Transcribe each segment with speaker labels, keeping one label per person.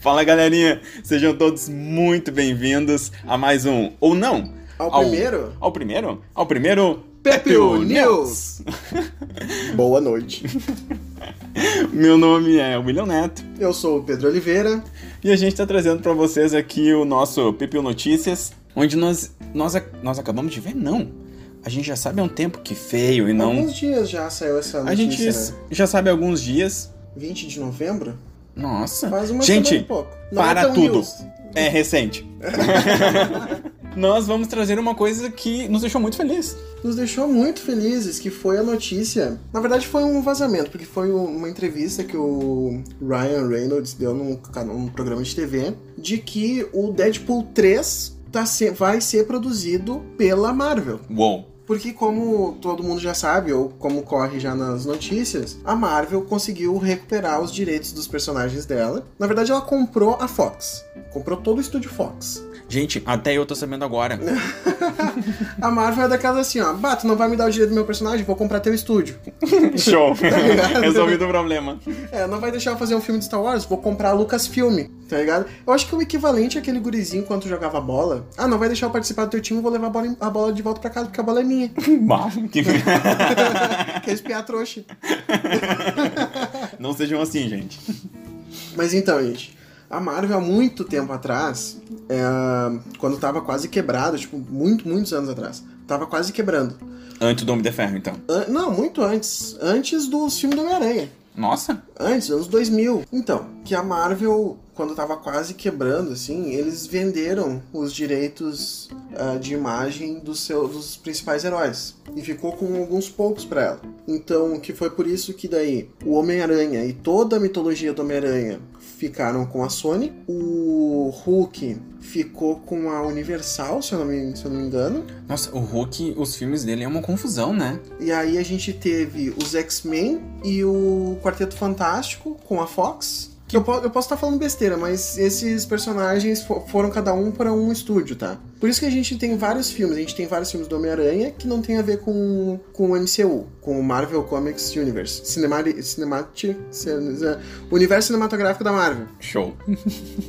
Speaker 1: Fala galerinha, sejam todos muito bem-vindos a mais um, ou não,
Speaker 2: Ao
Speaker 1: Ao-
Speaker 2: primeiro?
Speaker 1: ao primeiro, ao primeiro
Speaker 2: Pepio
Speaker 1: Pepio
Speaker 2: News. Boa noite.
Speaker 1: Meu nome é William Neto
Speaker 2: Eu sou o Pedro Oliveira.
Speaker 1: e a gente tá trazendo pra vocês aqui o nosso Pepio Notícias, onde nós, nós, ac- nós acabamos de ver, não, a gente já sabe há um tempo que feio e não,
Speaker 2: Alguns dias já saiu essa
Speaker 1: a
Speaker 2: notícia,
Speaker 1: gente s-
Speaker 2: né?
Speaker 1: já sabe há alguns dias,
Speaker 2: 20 de novembro?
Speaker 1: nossa,
Speaker 2: Faz uma
Speaker 1: Gente,
Speaker 2: semana e pouco. Não
Speaker 1: para
Speaker 2: é tão
Speaker 1: tudo.
Speaker 2: news.
Speaker 1: É recente. Nós vamos trazer uma coisa que nos deixou muito feliz.
Speaker 2: Nos deixou muito felizes, que foi a notícia... Na verdade, foi um vazamento, porque foi um, uma entrevista que o Ryan Reynolds deu num, can- num programa de TV, de que o Deadpool 3 tá se- vai ser produzido pela Marvel.
Speaker 1: Uou.
Speaker 2: Porque como todo mundo já sabe, ou como corre já nas notícias, a Marvel conseguiu recuperar os direitos dos personagens dela. Na verdade, ela comprou a Fox. Comprou todo o estúdio Fox.
Speaker 1: Gente, até eu tô sabendo agora.
Speaker 2: A Marvel é daquela assim, ó. Bah, tu não vai me dar o direito do meu personagem? Vou comprar teu estúdio.
Speaker 1: Show. Resolvido o problema.
Speaker 2: É, não vai deixar eu fazer um filme de Star Wars? Vou comprar a Lucasfilm, tá ligado? Eu acho que o equivalente àquele gurizinho quando jogava bola. Ah, não vai deixar eu participar do teu time, eu vou levar a bola, em- a bola de volta pra casa porque a bola é minha.
Speaker 1: Bah, que-
Speaker 2: Quer espiar trouxa.
Speaker 1: Não sejam assim, gente.
Speaker 2: Mas então, gente, a Marvel há muito tempo atrás, é, quando tava quase quebrada, tipo, muito, muitos anos atrás, tava quase quebrando.
Speaker 1: Antes do Homem de Ferro, então.
Speaker 2: An- não, muito antes. Antes dos filmes do Homem-Aranha.
Speaker 1: Nossa.
Speaker 2: Antes, anos 2000. Então, que a Marvel, quando tava quase quebrando, assim, eles venderam os direitos ah, de imagem dos, seus, dos principais heróis. E ficou com alguns poucos pra ela. Então, que foi por isso que daí o Homem-Aranha e toda a mitologia do Homem-Aranha ficaram com a Sony. O Hulk ficou com a Universal, se eu não me, se eu não me engano.
Speaker 1: Nossa, o Hulk, os filmes dele é uma confusão, né?
Speaker 2: E aí a gente teve os X-Men e o Quarteto Fantástico com a Fox. Que eu, po- eu posso estar falando besteira, mas esses personagens fo- foram cada um para um estúdio, tá? Por isso que a gente tem vários filmes. A gente tem vários filmes do Homem-Aranha que não tem a ver com, com o MCU, com o Marvel Comics Universe. Cinemari, cinemati, cine- universo cinematográfico da Marvel.
Speaker 1: Show.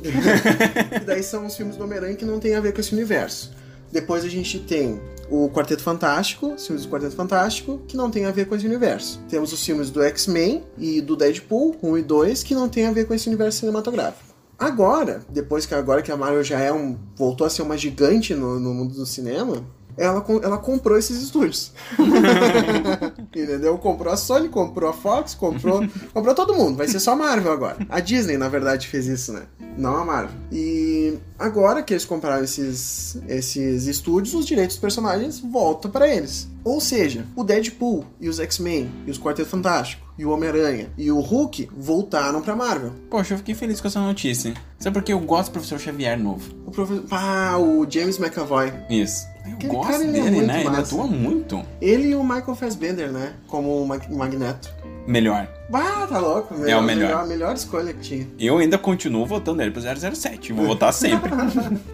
Speaker 2: E daí são os filmes do Homem-Aranha que não tem a ver com esse universo. Depois a gente tem o Quarteto Fantástico, os filmes do Quarteto Fantástico, que não tem a ver com esse universo. Temos os filmes do X-Men e do Deadpool 1 e 2, que não tem a ver com esse universo cinematográfico. Agora, depois que agora que a Marvel já é um. voltou a ser uma gigante no, no mundo do cinema, ela, com- ela comprou esses estúdios. Entendeu? Comprou a Sony, comprou a Fox, comprou. comprou todo mundo. Vai ser só a Marvel agora. A Disney, na verdade, fez isso, né? Não a Marvel. E agora que eles compraram esses, esses estúdios, os direitos dos personagens voltam pra eles. Ou seja, o Deadpool e os X-Men e os Quarteto Fantástico e o Homem-Aranha e o Hulk voltaram pra Marvel.
Speaker 1: Poxa, eu fiquei feliz com essa notícia. Sabe porque eu gosto do Professor Xavier novo?
Speaker 2: O professor. Ah, o James McAvoy.
Speaker 1: Isso. Eu
Speaker 2: Aquele
Speaker 1: gosto
Speaker 2: cara, ele é
Speaker 1: dele,
Speaker 2: muito
Speaker 1: né? Ele
Speaker 2: massa.
Speaker 1: atua muito.
Speaker 2: Ele e o Michael Fassbender, né? Como o Mag- Magneto.
Speaker 1: Melhor.
Speaker 2: Bah, tá louco.
Speaker 1: É o melhor.
Speaker 2: A melhor escolha que tinha.
Speaker 1: Eu ainda continuo votando nele pro 007. Vou votar sempre.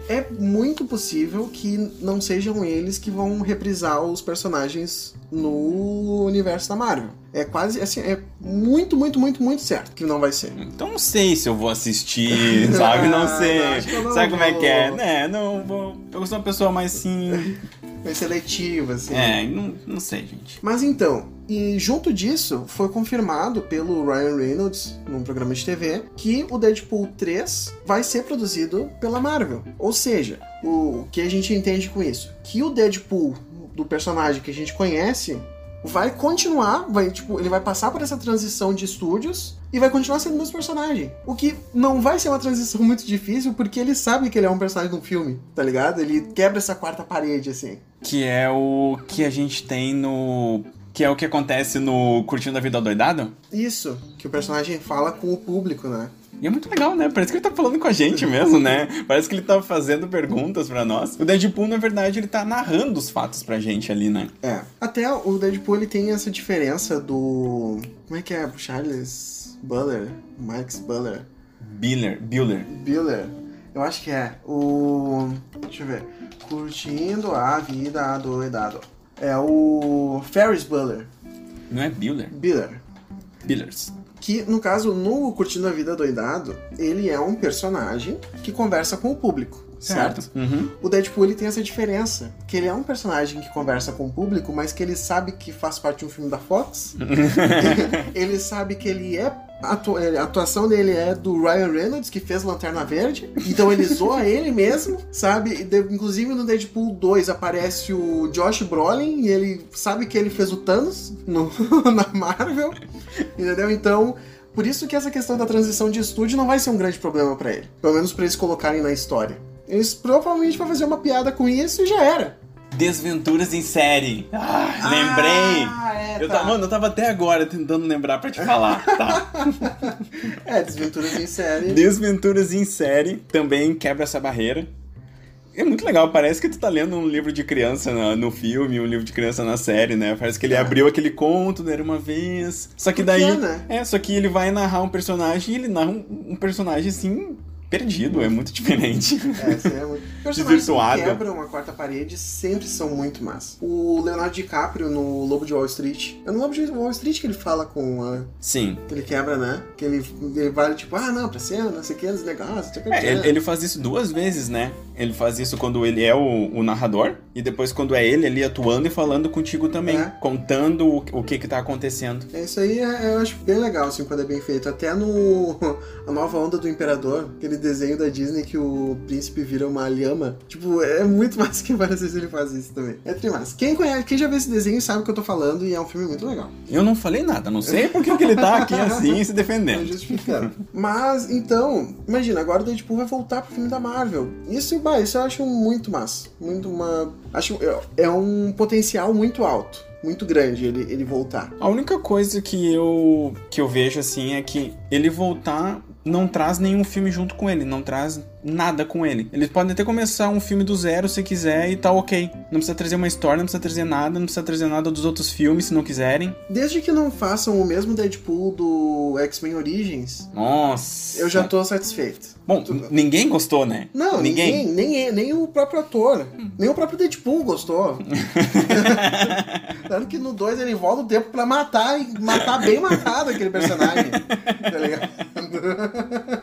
Speaker 2: É muito possível que não sejam eles que vão reprisar os personagens no universo da Marvel. É quase, assim, é muito, muito, muito, muito certo que não vai ser.
Speaker 1: Então não sei se eu vou assistir, sabe? Não
Speaker 2: Ah,
Speaker 1: sei.
Speaker 2: acho que eu não
Speaker 1: sabe como é que é?
Speaker 2: vou.
Speaker 1: Né, não vou. Eu sou uma pessoa mais sim.
Speaker 2: Vai ser letivo, assim.
Speaker 1: é, não, não sei, gente.
Speaker 2: Mas então, e junto disso, foi confirmado pelo Ryan Reynolds, num programa de TV, que o Deadpool 3 vai ser produzido pela Marvel. Ou seja, o, o que a gente entende com isso? Que o Deadpool, do personagem que a gente conhece, vai continuar, vai, tipo, ele vai passar por essa transição de estúdios e vai continuar sendo o mesmo personagem. O que não vai ser uma transição muito difícil, porque ele sabe que ele é um personagem do filme, tá ligado? Ele quebra essa quarta parede, assim.
Speaker 1: Que é o que a gente tem no. Que é o que acontece no Curtindo a Vida Doidado.
Speaker 2: Isso, que o personagem fala com o público, né?
Speaker 1: E é muito legal, né? Parece que ele tá falando com a gente mesmo, né? Parece que ele tá fazendo perguntas pra nós. O Deadpool, na verdade, ele tá narrando os fatos pra gente ali, né?
Speaker 2: É. Até o Deadpool ele tem essa diferença do. Como é que é? Charles Buller? Max Buller?
Speaker 1: Biller, Bueller.
Speaker 2: Buller? Eu acho que é. O. Deixa eu ver. Curtindo a vida adoidado. É o Ferris Bueller.
Speaker 1: Não é Bueller?
Speaker 2: Bueller.
Speaker 1: Buellers.
Speaker 2: Que, no caso, no Curtindo a Vida Doidado, ele é um personagem que conversa com o público, certo?
Speaker 1: Uhum.
Speaker 2: O Deadpool ele tem essa diferença, que ele é um personagem que conversa com o público, mas que ele sabe que faz parte de um filme da Fox. ele sabe que ele é atu- ele- a atuação dele é do Ryan Reynolds, que fez Lanterna Verde. Então ele zoa ele mesmo, sabe? E de- Inclusive no Deadpool 2 aparece o Josh Brolin e ele sabe que ele fez o Thanos no- na Marvel. Entendeu? Então, por isso que essa questão da transição de estúdio não vai ser um grande problema pra ele. Pelo menos pra eles colocarem na história. Eles provavelmente vão fazer uma piada com isso e já era.
Speaker 1: Desventuras em série. Ah, lembrei.
Speaker 2: Ah, é,
Speaker 1: Eu
Speaker 2: tá.
Speaker 1: tava, mano, eu tava até agora tentando lembrar pra te falar. Tá.
Speaker 2: É, desventuras em série.
Speaker 1: Desventuras em série também quebra essa barreira. É muito legal, parece que tu tá lendo um livro de criança na- no, filme, um livro de criança na série, né? Parece que ele
Speaker 2: É.
Speaker 1: abriu aquele conto, né, era uma vez. Só que daí.
Speaker 2: Porque, né?
Speaker 1: É, só que ele vai narrar um personagem e ele narra um, um personagem assim, perdido, é muito diferente.
Speaker 2: É, isso é muito... Personagens
Speaker 1: Desvirtuado.
Speaker 2: que quebram a quarta parede sempre são muito massa. O Leonardo DiCaprio no Lobo de Wall Street. É no Lobo de Wall Street que ele fala com a...
Speaker 1: Sim.
Speaker 2: Que ele quebra, né? Que ele, ele vai tipo, ah, não, pra cena, não sei o que, dos negócios, não sei o que.
Speaker 1: É, ele, ele faz isso duas vezes, né? Ele faz isso quando ele é o, o narrador e depois quando é ele ali atuando e falando contigo também,
Speaker 2: É.
Speaker 1: contando o, o que que tá acontecendo.
Speaker 2: É, Isso aí é- eu acho bem legal, assim, quando é bem feito. Até no A Nova Onda do Imperador, aquele desenho da Disney que o príncipe vira uma lhama. Tipo, é muito massa que várias vezes ele faz isso também. É trimassa. Quem conhece, quem já viu esse desenho sabe o que eu tô falando e é um filme muito legal.
Speaker 1: Eu não falei nada, não sei por que que ele tá aqui assim se
Speaker 2: Tô
Speaker 1: defendendo.
Speaker 2: justificando. Mas, então, imagina, agora o Deadpool vai voltar pro filme da Marvel. Isso, bah, isso eu acho muito massa. Muito uma. Acho. É um potencial muito alto. Muito grande ele, ele voltar.
Speaker 1: A única coisa que eu que eu vejo assim é que ele voltar não traz nenhum filme junto com ele, não traz nada com ele. Eles podem até começar um filme do zero se quiser e tá ok. Não precisa trazer uma história, não precisa trazer nada, não precisa trazer nada dos outros filmes se não quiserem.
Speaker 2: Desde que não façam o mesmo Deadpool do X-Men Origins,
Speaker 1: Nossa.
Speaker 2: eu já tô satisfeito.
Speaker 1: Bom,
Speaker 2: Tu-
Speaker 1: n- ninguém gostou, né?
Speaker 2: Não, ninguém, nem, nem o próprio ator, nem o próprio Deadpool gostou. claro que no 2 ele volta o tempo pra matar e matar bem matado aquele personagem. Tá ligado?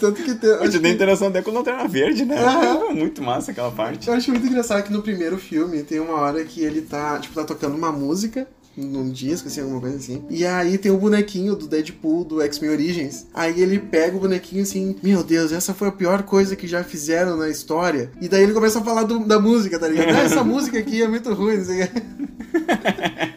Speaker 2: Tanto que tem,
Speaker 1: Eu te dei interação até com Lanterna Verde, né?
Speaker 2: Aham.
Speaker 1: Muito massa aquela parte.
Speaker 2: Eu acho muito engraçado que no primeiro filme tem uma hora que ele tá, tipo, tá tocando uma música num disco, assim, alguma coisa assim. E aí tem o bonequinho do Deadpool do X-Men Origins. Aí ele pega o bonequinho assim, meu Deus, essa foi a pior coisa que já fizeram na história. E daí ele começa a falar do- da música, tá ligado? Ah, essa música aqui é muito ruim, não sei o que.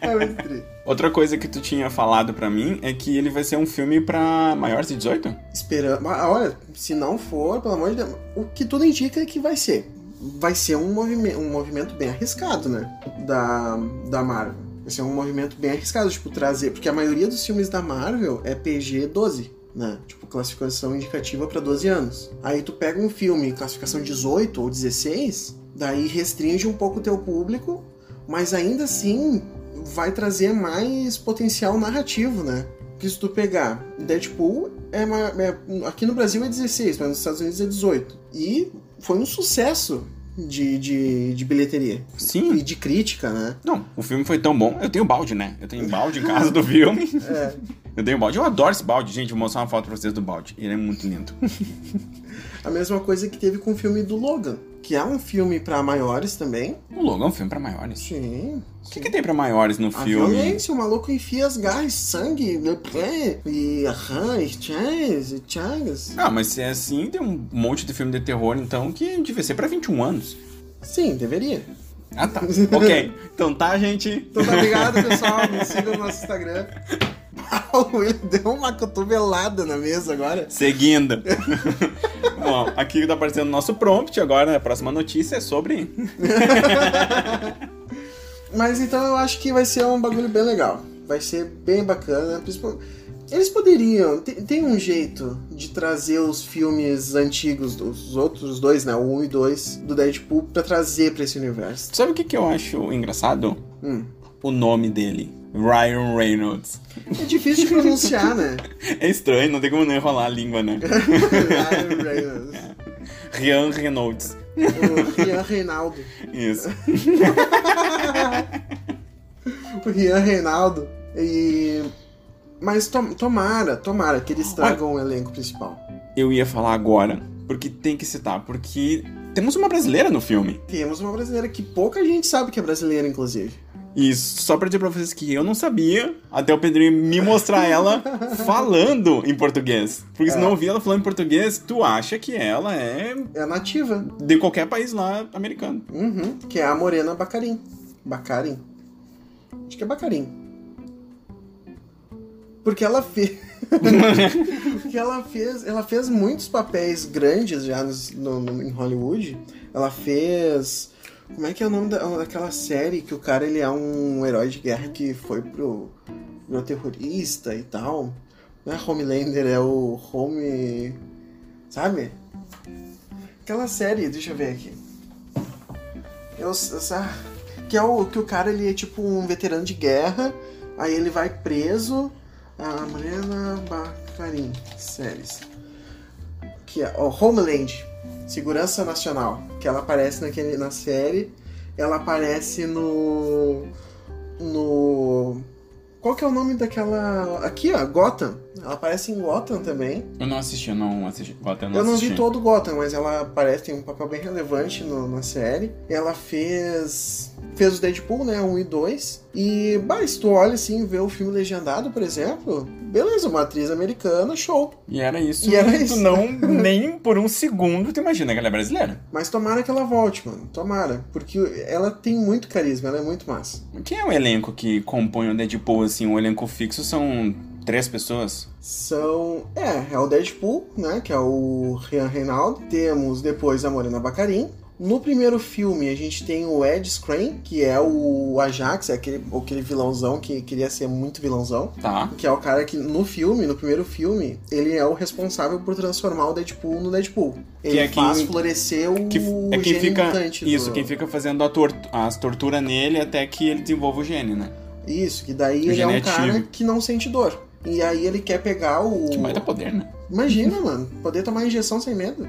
Speaker 2: É muito triste.
Speaker 1: Outra coisa que tu tinha falado pra mim é que ele vai ser um filme pra maiores de 18?
Speaker 2: Esperando. mas, Olha, se não for, pelo amor de Deus, o que tudo indica é que vai ser. Vai ser um movimento, um movimento bem arriscado, né? Da, da Marvel. Vai ser um movimento bem arriscado, tipo, trazer. Porque a maioria dos filmes da Marvel é PG-12, né? Tipo, classificação indicativa pra 12 anos. Aí tu pega um filme, classificação 18 ou 16, daí restringe um pouco o teu público, mas ainda assim vai trazer mais potencial narrativo, né? Porque se tu pegar Deadpool, é ma- é- aqui no Brasil é 16, mas nos Estados Unidos é 18. E foi um sucesso de, de, de bilheteria
Speaker 1: Sim.
Speaker 2: e de crítica, né?
Speaker 1: Não, o filme foi tão bom. Eu tenho balde, né? Eu tenho balde em casa do filme.
Speaker 2: É.
Speaker 1: Eu tenho balde. Eu adoro esse balde, gente. Vou mostrar uma foto pra vocês do balde. Ele é muito lindo.
Speaker 2: A mesma coisa que teve com o filme do Logan, que é um filme pra maiores também.
Speaker 1: O Logan é um filme pra maiores.
Speaker 2: Sim. Ah, é
Speaker 1: O que, que tem pra maiores no
Speaker 2: A
Speaker 1: filme?
Speaker 2: violência, o maluco enfia as garras, sangue, blá, blá, e aham, e tchans, e tchans.
Speaker 1: Ah, mas se é assim, tem um monte de filme de terror, então, que devia ser pra 21 anos.
Speaker 2: Sim, deveria.
Speaker 1: Ah, tá. Ok. Então tá, gente.
Speaker 2: Então tá ligado, pessoal? Me sigam no nosso Instagram. Ah, O Will deu uma cotovelada na mesa agora.
Speaker 1: Seguindo. Bom, aqui tá aparecendo o nosso prompt agora. A próxima notícia é sobre.
Speaker 2: Mas então eu acho que vai ser um bagulho bem legal. Vai ser bem bacana. principal- Eles poderiam. Tem, tem um jeito de trazer os filmes antigos, os outros dois, né? O 1 e 2 do Deadpool, pra trazer pra esse universo.
Speaker 1: Sabe o que, que eu acho engraçado?
Speaker 2: Hum.
Speaker 1: O nome dele. Ryan Reynolds.
Speaker 2: É difícil de pronunciar, né?
Speaker 1: É estranho, não tem como não enrolar a língua, né?
Speaker 2: Ryan Reynolds.
Speaker 1: Ryan Reynolds.
Speaker 2: O Rian Reinaldo.
Speaker 1: Isso.
Speaker 2: O Rian Reinaldo. E. Mas tom- tomara, tomara que eles tragam o elenco principal.
Speaker 1: Eu ia falar agora, porque tem que citar, porque temos uma brasileira no filme.
Speaker 2: Temos uma brasileira que pouca gente sabe que é brasileira, inclusive.
Speaker 1: E só pra dizer pra vocês que eu não sabia, até o Pedrinho me mostrar ela falando em português. Porque se
Speaker 2: É.
Speaker 1: não ouvir ela falando em português, tu acha que ela é
Speaker 2: É nativa.
Speaker 1: de qualquer país lá americano.
Speaker 2: Uhum. Que é a Morena Bacarim. Bacarim? Acho que é Bacarim. Porque ela fez. Porque ela fez. Ela fez muitos papéis grandes já nos- no- no- em Hollywood. Ela fez. Como é que é o nome da- daquela série que o cara ele é um herói de guerra que foi pro. pro terrorista e tal. Não é Homelander, é o Home. Sabe? Aquela série, deixa eu ver aqui. Eu, essa- que é o que o cara ele é tipo um veterano de guerra, aí ele vai preso. A Morena Bacarin, séries. Que é o Homeland, Segurança Nacional, que ela aparece naquele, na série. Ela aparece no no qual que é o nome daquela aqui, ó, Gotham. Ela aparece em Gotham também.
Speaker 1: Eu não assisti, eu não assisti. Até não
Speaker 2: Eu não
Speaker 1: assisti.
Speaker 2: vi todo o Gotham, mas ela aparece, tem um papel bem relevante no- na série. Ela fez. fez o Deadpool, né? 1 e 2. E, bah, se tu olha assim, vê o filme legendado, por exemplo, beleza, uma atriz americana, show.
Speaker 1: E era isso.
Speaker 2: E era
Speaker 1: tu
Speaker 2: isso.
Speaker 1: não, nem por um segundo, tu imagina que ela é brasileira.
Speaker 2: Mas tomara que ela volte, mano. Tomara. Porque ela tem muito carisma, ela é muito massa.
Speaker 1: Quem é o elenco que compõe o Deadpool, assim, o elenco fixo são três pessoas?
Speaker 2: São. É, é o Deadpool, né? Que é o Rian Reinaldo. Temos depois a Morena Bacarin. No primeiro filme, a gente tem o Ed Skrein, que é o Ajax, é aquele, aquele vilãozão que queria ser muito vilãozão.
Speaker 1: Tá.
Speaker 2: Que é o cara que no filme, no primeiro filme, ele é o responsável por transformar o Deadpool no Deadpool. Ele
Speaker 1: Que é quem-
Speaker 2: faz florescer o
Speaker 1: Que é quem
Speaker 2: gene
Speaker 1: fica.
Speaker 2: mutante
Speaker 1: Isso,
Speaker 2: do-
Speaker 1: quem fica fazendo a tor- as torturas nele até que ele desenvolva o gene, né?
Speaker 2: Isso, que daí
Speaker 1: O
Speaker 2: ele é um
Speaker 1: gene ativo.
Speaker 2: cara que não sente dor. E aí ele quer pegar o.
Speaker 1: Que mais dá poder, né?
Speaker 2: Imagina, mano, poder tomar injeção sem medo.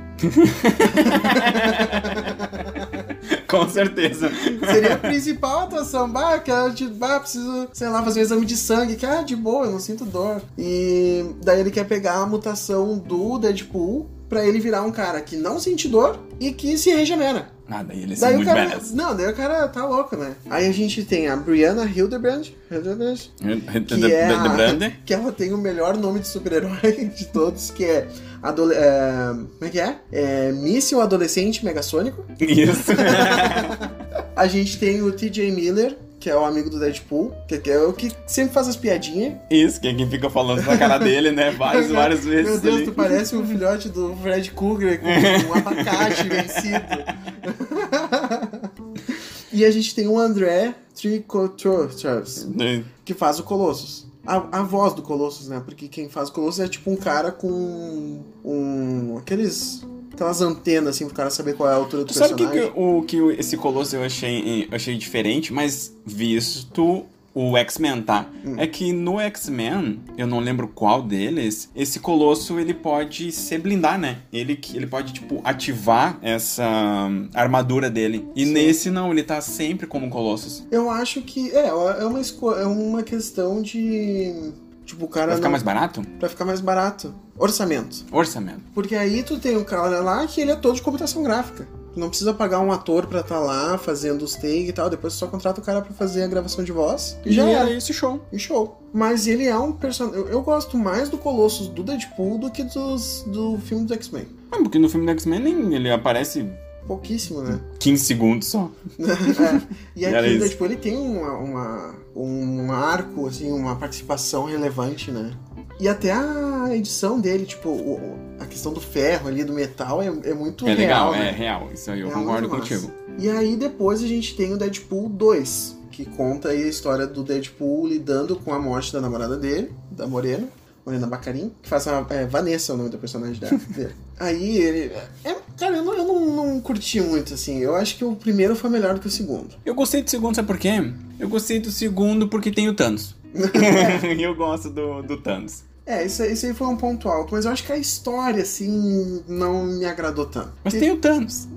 Speaker 1: Com certeza.
Speaker 2: Seria a principal atuação. Bah, quero de, bah, preciso, sei lá, fazer um exame de sangue. Que, ah, de boa, eu não sinto dor. E daí ele quer pegar a mutação do Deadpool pra ele virar um cara que não sente dor e que se regenera.
Speaker 1: Nada, ele é
Speaker 2: daí o
Speaker 1: muito
Speaker 2: cara.
Speaker 1: badass.
Speaker 2: Não, daí o cara tá louco, né? Aí a gente tem a Brianna Hildebrand. Hildebrand
Speaker 1: Que
Speaker 2: que é
Speaker 1: The
Speaker 2: a-
Speaker 1: Brand?
Speaker 2: que ela tem o melhor nome de super-herói de todos, que é, adole- é, como é que é? é Míssil Adolescente Megassônico.
Speaker 1: Isso.
Speaker 2: A gente tem o TJ Miller, que é o amigo do Deadpool, que que é o que sempre faz as piadinhas.
Speaker 1: Isso, que é quem fica falando na cara dele, né? Várias, várias vezes.
Speaker 2: Meu Deus,
Speaker 1: ali.
Speaker 2: tu parece um filhote do Fred Krueger com um abacate vencido. e a gente tem o André Tricotrothers,
Speaker 1: né?
Speaker 2: que faz o Colossus. A, a voz do Colossus, né? Porque quem faz o Colossus é tipo um cara com um aqueles aquelas antenas assim pro cara saber qual é a altura do
Speaker 1: Tu sabe
Speaker 2: personagem.
Speaker 1: que, que, o que o- esse Colosso eu achei, eu achei diferente, mas visto o X-Men, tá?
Speaker 2: Hum.
Speaker 1: É que no X-Men, eu não lembro qual deles, esse Colosso ele pode se blindar, né? Ele, que- ele pode, tipo, ativar essa hum, armadura dele. E
Speaker 2: Sim.
Speaker 1: nesse não, ele tá sempre como Colossus.
Speaker 2: Eu acho que é, é uma esco- é uma questão de tipo o cara
Speaker 1: Vai ficar
Speaker 2: não-
Speaker 1: mais barato?
Speaker 2: pra ficar mais barato, orçamento.
Speaker 1: Orçamento.
Speaker 2: Porque aí tu tem um cara lá que ele é todo de computação gráfica. Tu não precisa pagar um ator pra estar lá fazendo os take e tal, depois tu só contrata o cara pra fazer a gravação de voz e
Speaker 1: Uhum.
Speaker 2: já era.
Speaker 1: esse show.
Speaker 2: E show. Mas ele é um personagem. Eu, eu gosto mais do Colossus do Deadpool do que dos, do filme do X-Men.
Speaker 1: Ah, porque no filme do X-Men nem ele aparece
Speaker 2: Pouquíssimo, né?
Speaker 1: 15 segundos só.
Speaker 2: É. E
Speaker 1: Era
Speaker 2: aqui,
Speaker 1: isso.
Speaker 2: o Deadpool, ele tem uma, uma, um arco, assim, uma participação relevante, né? E até a edição dele, tipo, o- o- a questão do ferro ali, do metal, é, é muito
Speaker 1: é legal,
Speaker 2: real,
Speaker 1: é
Speaker 2: né?
Speaker 1: real. Isso aí eu
Speaker 2: É
Speaker 1: concordo
Speaker 2: muito massa.
Speaker 1: contigo.
Speaker 2: E aí depois a gente tem o Deadpool 2, que conta aí a história do Deadpool lidando com a morte da namorada dele, da Morena. Morena Bacarin, que faz a é, Vanessa é o nome da personagem dela. dele. Aí ele. É, Cara, eu, não, eu não, não curti muito, assim. Eu acho que o primeiro foi melhor do que o segundo.
Speaker 1: Eu gostei do segundo, sabe por quê? Eu gostei do segundo porque tem o Thanos. E eu gosto do, do Thanos.
Speaker 2: É, isso, aí- isso aí foi um ponto alto, mas eu acho que a história, assim, não me agradou tanto.
Speaker 1: Mas tem o Thanos.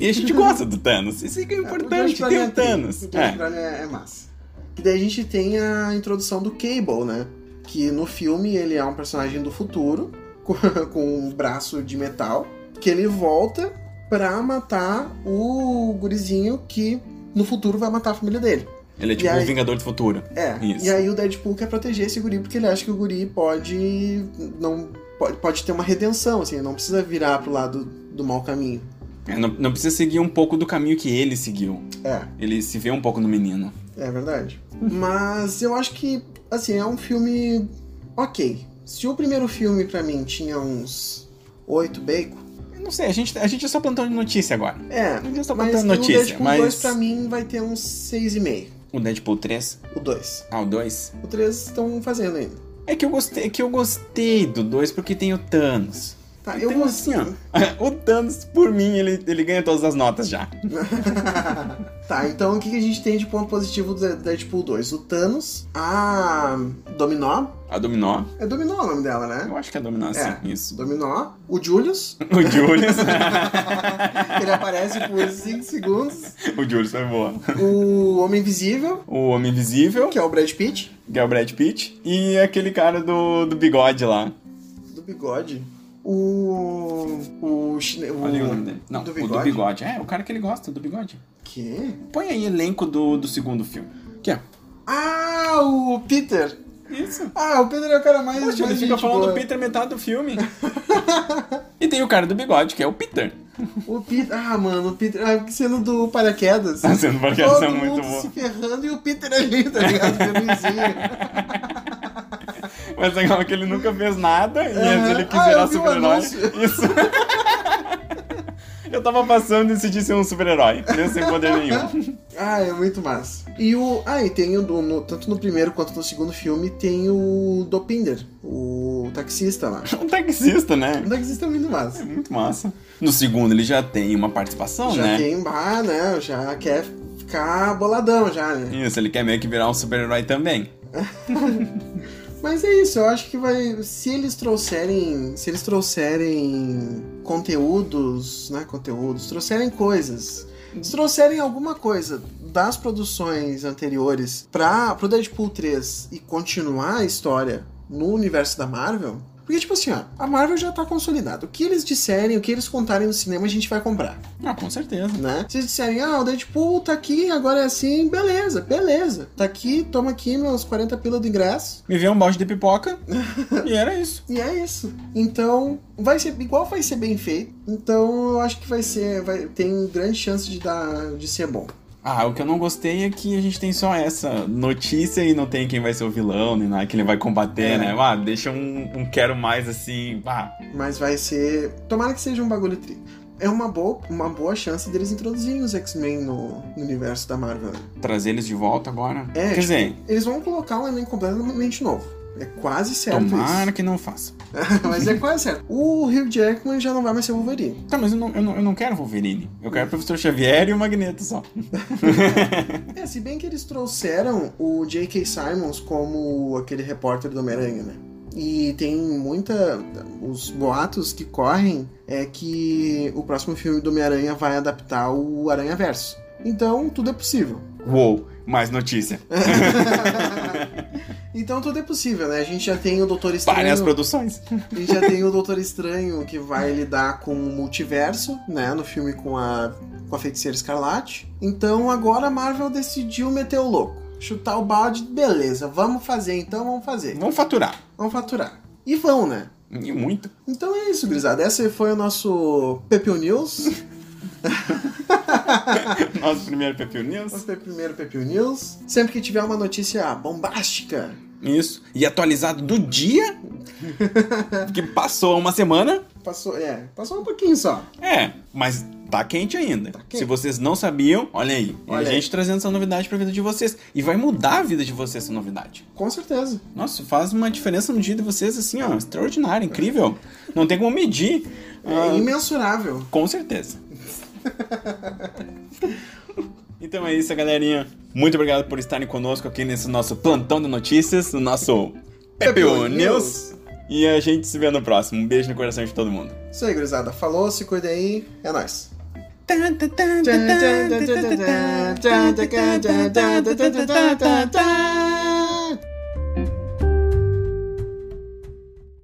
Speaker 1: E a gente gosta do Thanos. Isso que é
Speaker 2: É, Guardiões
Speaker 1: importante,
Speaker 2: do
Speaker 1: tem o
Speaker 2: Planeta é tri.
Speaker 1: Thanos.
Speaker 2: O Guardiões do
Speaker 1: É.
Speaker 2: Planeta É. é massa. E daí a gente tem a introdução do Cable, né? Que no filme ele é um personagem do futuro, com- com um braço de metal, que ele volta pra matar o gurizinho que no futuro vai matar a família dele.
Speaker 1: Ele é tipo
Speaker 2: E aí-
Speaker 1: o Vingador do Futuro.
Speaker 2: É.
Speaker 1: Isso.
Speaker 2: E aí o Deadpool quer proteger esse guri porque ele acha que o guri pode não pode, pode ter uma redenção, assim, não precisa virar pro lado do mau caminho.
Speaker 1: É, não, não precisa seguir um pouco do caminho que ele seguiu.
Speaker 2: É.
Speaker 1: Ele se vê um pouco no menino.
Speaker 2: É verdade.
Speaker 1: Uhum.
Speaker 2: Mas eu acho que, assim, é um filme ok. Se o primeiro filme pra mim tinha uns oito bacon,
Speaker 1: Eu não sei, a gente, a gente é só plantão de notícia agora.
Speaker 2: é.
Speaker 1: A gente só
Speaker 2: Mas
Speaker 1: plantando
Speaker 2: o
Speaker 1: notícia.
Speaker 2: Deadpool
Speaker 1: Mas
Speaker 2: 2 pra mim vai ter uns seis e meio.
Speaker 1: o Deadpool 3,
Speaker 2: O 2.
Speaker 1: ah, o 2.
Speaker 2: O 3 estão fazendo ainda.
Speaker 1: É que eu gostei, é que eu gostei do 2 porque tem o Thanos.
Speaker 2: Tá,
Speaker 1: Então,
Speaker 2: eu gostei.
Speaker 1: assim, ó. O Thanos, por mim, ele, ele ganha todas as notas já.
Speaker 2: tá, então o que que a gente tem de ponto positivo do Deadpool 2? O Thanos, a Dominó.
Speaker 1: A Dominó.
Speaker 2: É Dominó o nome dela, né?
Speaker 1: Eu acho que é a Dominó, sim.
Speaker 2: É.
Speaker 1: Isso.
Speaker 2: Dominó. O Julius.
Speaker 1: O Julius.
Speaker 2: Ele aparece por 5 segundos.
Speaker 1: o Julius foi boa.
Speaker 2: O Homem Invisível,
Speaker 1: O Homem Invisível,
Speaker 2: que é o Brad Pitt,
Speaker 1: que é o Brad Pitt. E aquele cara do, do bigode lá.
Speaker 2: do bigode. O. O. Chine... o...
Speaker 1: Olha aí o nome dele. Não,
Speaker 2: do
Speaker 1: o do
Speaker 2: bigode?
Speaker 1: bigode. É, o cara que ele gosta, do bigode.
Speaker 2: Quê?
Speaker 1: Põe aí elenco do, do segundo filme. Que é?
Speaker 2: Ah, o Peter!
Speaker 1: Isso.
Speaker 2: Ah, o Peter é o cara mais.
Speaker 1: Poxa, ele
Speaker 2: mais
Speaker 1: fica
Speaker 2: gente
Speaker 1: falando
Speaker 2: boa.
Speaker 1: do Peter metade do filme. e tem o cara do bigode, que é o Peter.
Speaker 2: O Peter. Ah, mano, o Peter. Ah, sendo do paraquedas.
Speaker 1: Tá sendo uma
Speaker 2: Todo
Speaker 1: ligação muito
Speaker 2: mundo
Speaker 1: boa.
Speaker 2: se ferrando e o Peter ali, tá ligado? Felizinho.
Speaker 1: Mas legal é que ele nunca fez nada e
Speaker 2: Aham.
Speaker 1: ele quis
Speaker 2: Ah, eu
Speaker 1: virar
Speaker 2: vi o
Speaker 1: super-herói.
Speaker 2: anúncio.
Speaker 1: Isso. eu tava passando e decidi ser um super-herói, mesmo sem poder nenhum.
Speaker 2: Ah, é muito massa. E o. Ah, e tem o. do- no- tanto no primeiro quanto no segundo filme tem o Dopinder, o taxista lá.
Speaker 1: Um taxista, né?
Speaker 2: O taxista é muito massa.
Speaker 1: É muito massa. No segundo ele já tem uma participação,
Speaker 2: já
Speaker 1: né?
Speaker 2: tem, ah, né? Já quer ficar boladão já, né?
Speaker 1: Isso, ele quer meio que virar um super-herói também.
Speaker 2: Mas é isso, eu acho que vai. Se eles trouxerem. Se eles trouxerem conteúdos, né? Conteúdos, trouxerem coisas. Se trouxerem alguma coisa das produções anteriores pra, pro Deadpool 3 e continuar a história no universo da Marvel. Porque, tipo assim, ó, a Marvel já tá consolidada. O que eles disserem, o que eles contarem no cinema, a gente vai comprar.
Speaker 1: Ah, com certeza.
Speaker 2: né? Se eles disserem, ah, o Deadpool tá aqui, agora é assim, beleza, beleza. Tá aqui, toma aqui meus 40 pila do ingresso.
Speaker 1: Me veio um balde de pipoca e era isso.
Speaker 2: E é isso. Então, vai ser igual vai ser bem feito. Então, eu acho que vai ser, vai, tem grande chance de dar de ser bom.
Speaker 1: Ah, o que eu não gostei é que a gente tem só essa notícia e não tem quem vai ser o vilão, nem nada que ele vai combater,
Speaker 2: É.
Speaker 1: né? Ah, deixa um, um quero mais assim. Ah,
Speaker 2: Mas vai ser, tomara que seja um bagulho tri. É uma boa, uma boa chance deles introduzirem os X-Men no, no universo da Marvel. né?
Speaker 1: trazer eles de volta agora.
Speaker 2: É,
Speaker 1: Quer
Speaker 2: tipo,
Speaker 1: dizer,
Speaker 2: Eles vão colocar um elenco completamente novo. É quase certo
Speaker 1: tomara que não faça.
Speaker 2: isso. Mas é quase certo. O Hugh Jackman já não vai mais ser o Wolverine.
Speaker 1: Tá, mas eu não, eu não, eu não quero Wolverine. Eu quero o Professor Xavier e o Magneto só.
Speaker 2: É, se bem que eles trouxeram o J.K. Simons como aquele repórter do Homem-Aranha, né? E tem muita. Os boatos que correm é que o próximo filme do Homem-Aranha vai adaptar o Aranha Verso. Então, tudo é possível.
Speaker 1: Uou, mais notícia.
Speaker 2: então, tudo é possível, né? A gente já tem o Doutor
Speaker 1: Parem as
Speaker 2: Estranho.
Speaker 1: produções.
Speaker 2: A gente já tem o Doutor Estranho que vai lidar com o multiverso, né? No filme com a, com a feiticeira escarlate. Então agora a Marvel decidiu meter o louco. Chutar o balde, beleza, vamos fazer então, vamos fazer.
Speaker 1: Vão faturar.
Speaker 2: Vamos faturar. E vão, né?
Speaker 1: E muito.
Speaker 2: Então é isso, gurizada. Esse foi o nosso Pepeu News.
Speaker 1: Nosso primeiro Pepeu News.
Speaker 2: Nosso primeiro Pepeu News. Sempre que tiver uma notícia bombástica,
Speaker 1: Isso. E atualizado do dia que passou uma semana.
Speaker 2: Passou, é, passou um pouquinho só.
Speaker 1: É, mas tá quente ainda.
Speaker 2: Tá quente.
Speaker 1: Se vocês não sabiam, olha aí. É
Speaker 2: Olha
Speaker 1: a
Speaker 2: aí.
Speaker 1: gente trazendo essa novidade pra vida de vocês. E vai mudar a vida de vocês essa novidade.
Speaker 2: Com certeza.
Speaker 1: Nossa, faz uma diferença no dia de vocês, assim, ó. Extraordinária, incrível. Não tem como medir. Ah.
Speaker 2: É imensurável.
Speaker 1: Com certeza. então é isso, galerinha. Muito obrigado por estarem conosco aqui nesse nosso plantão de notícias, no nosso PPU
Speaker 2: PPU
Speaker 1: News. E a gente se vê no próximo. Um beijo no coração de todo mundo.
Speaker 2: Isso aí, gurizada. Falou, se cuida aí. É nóis.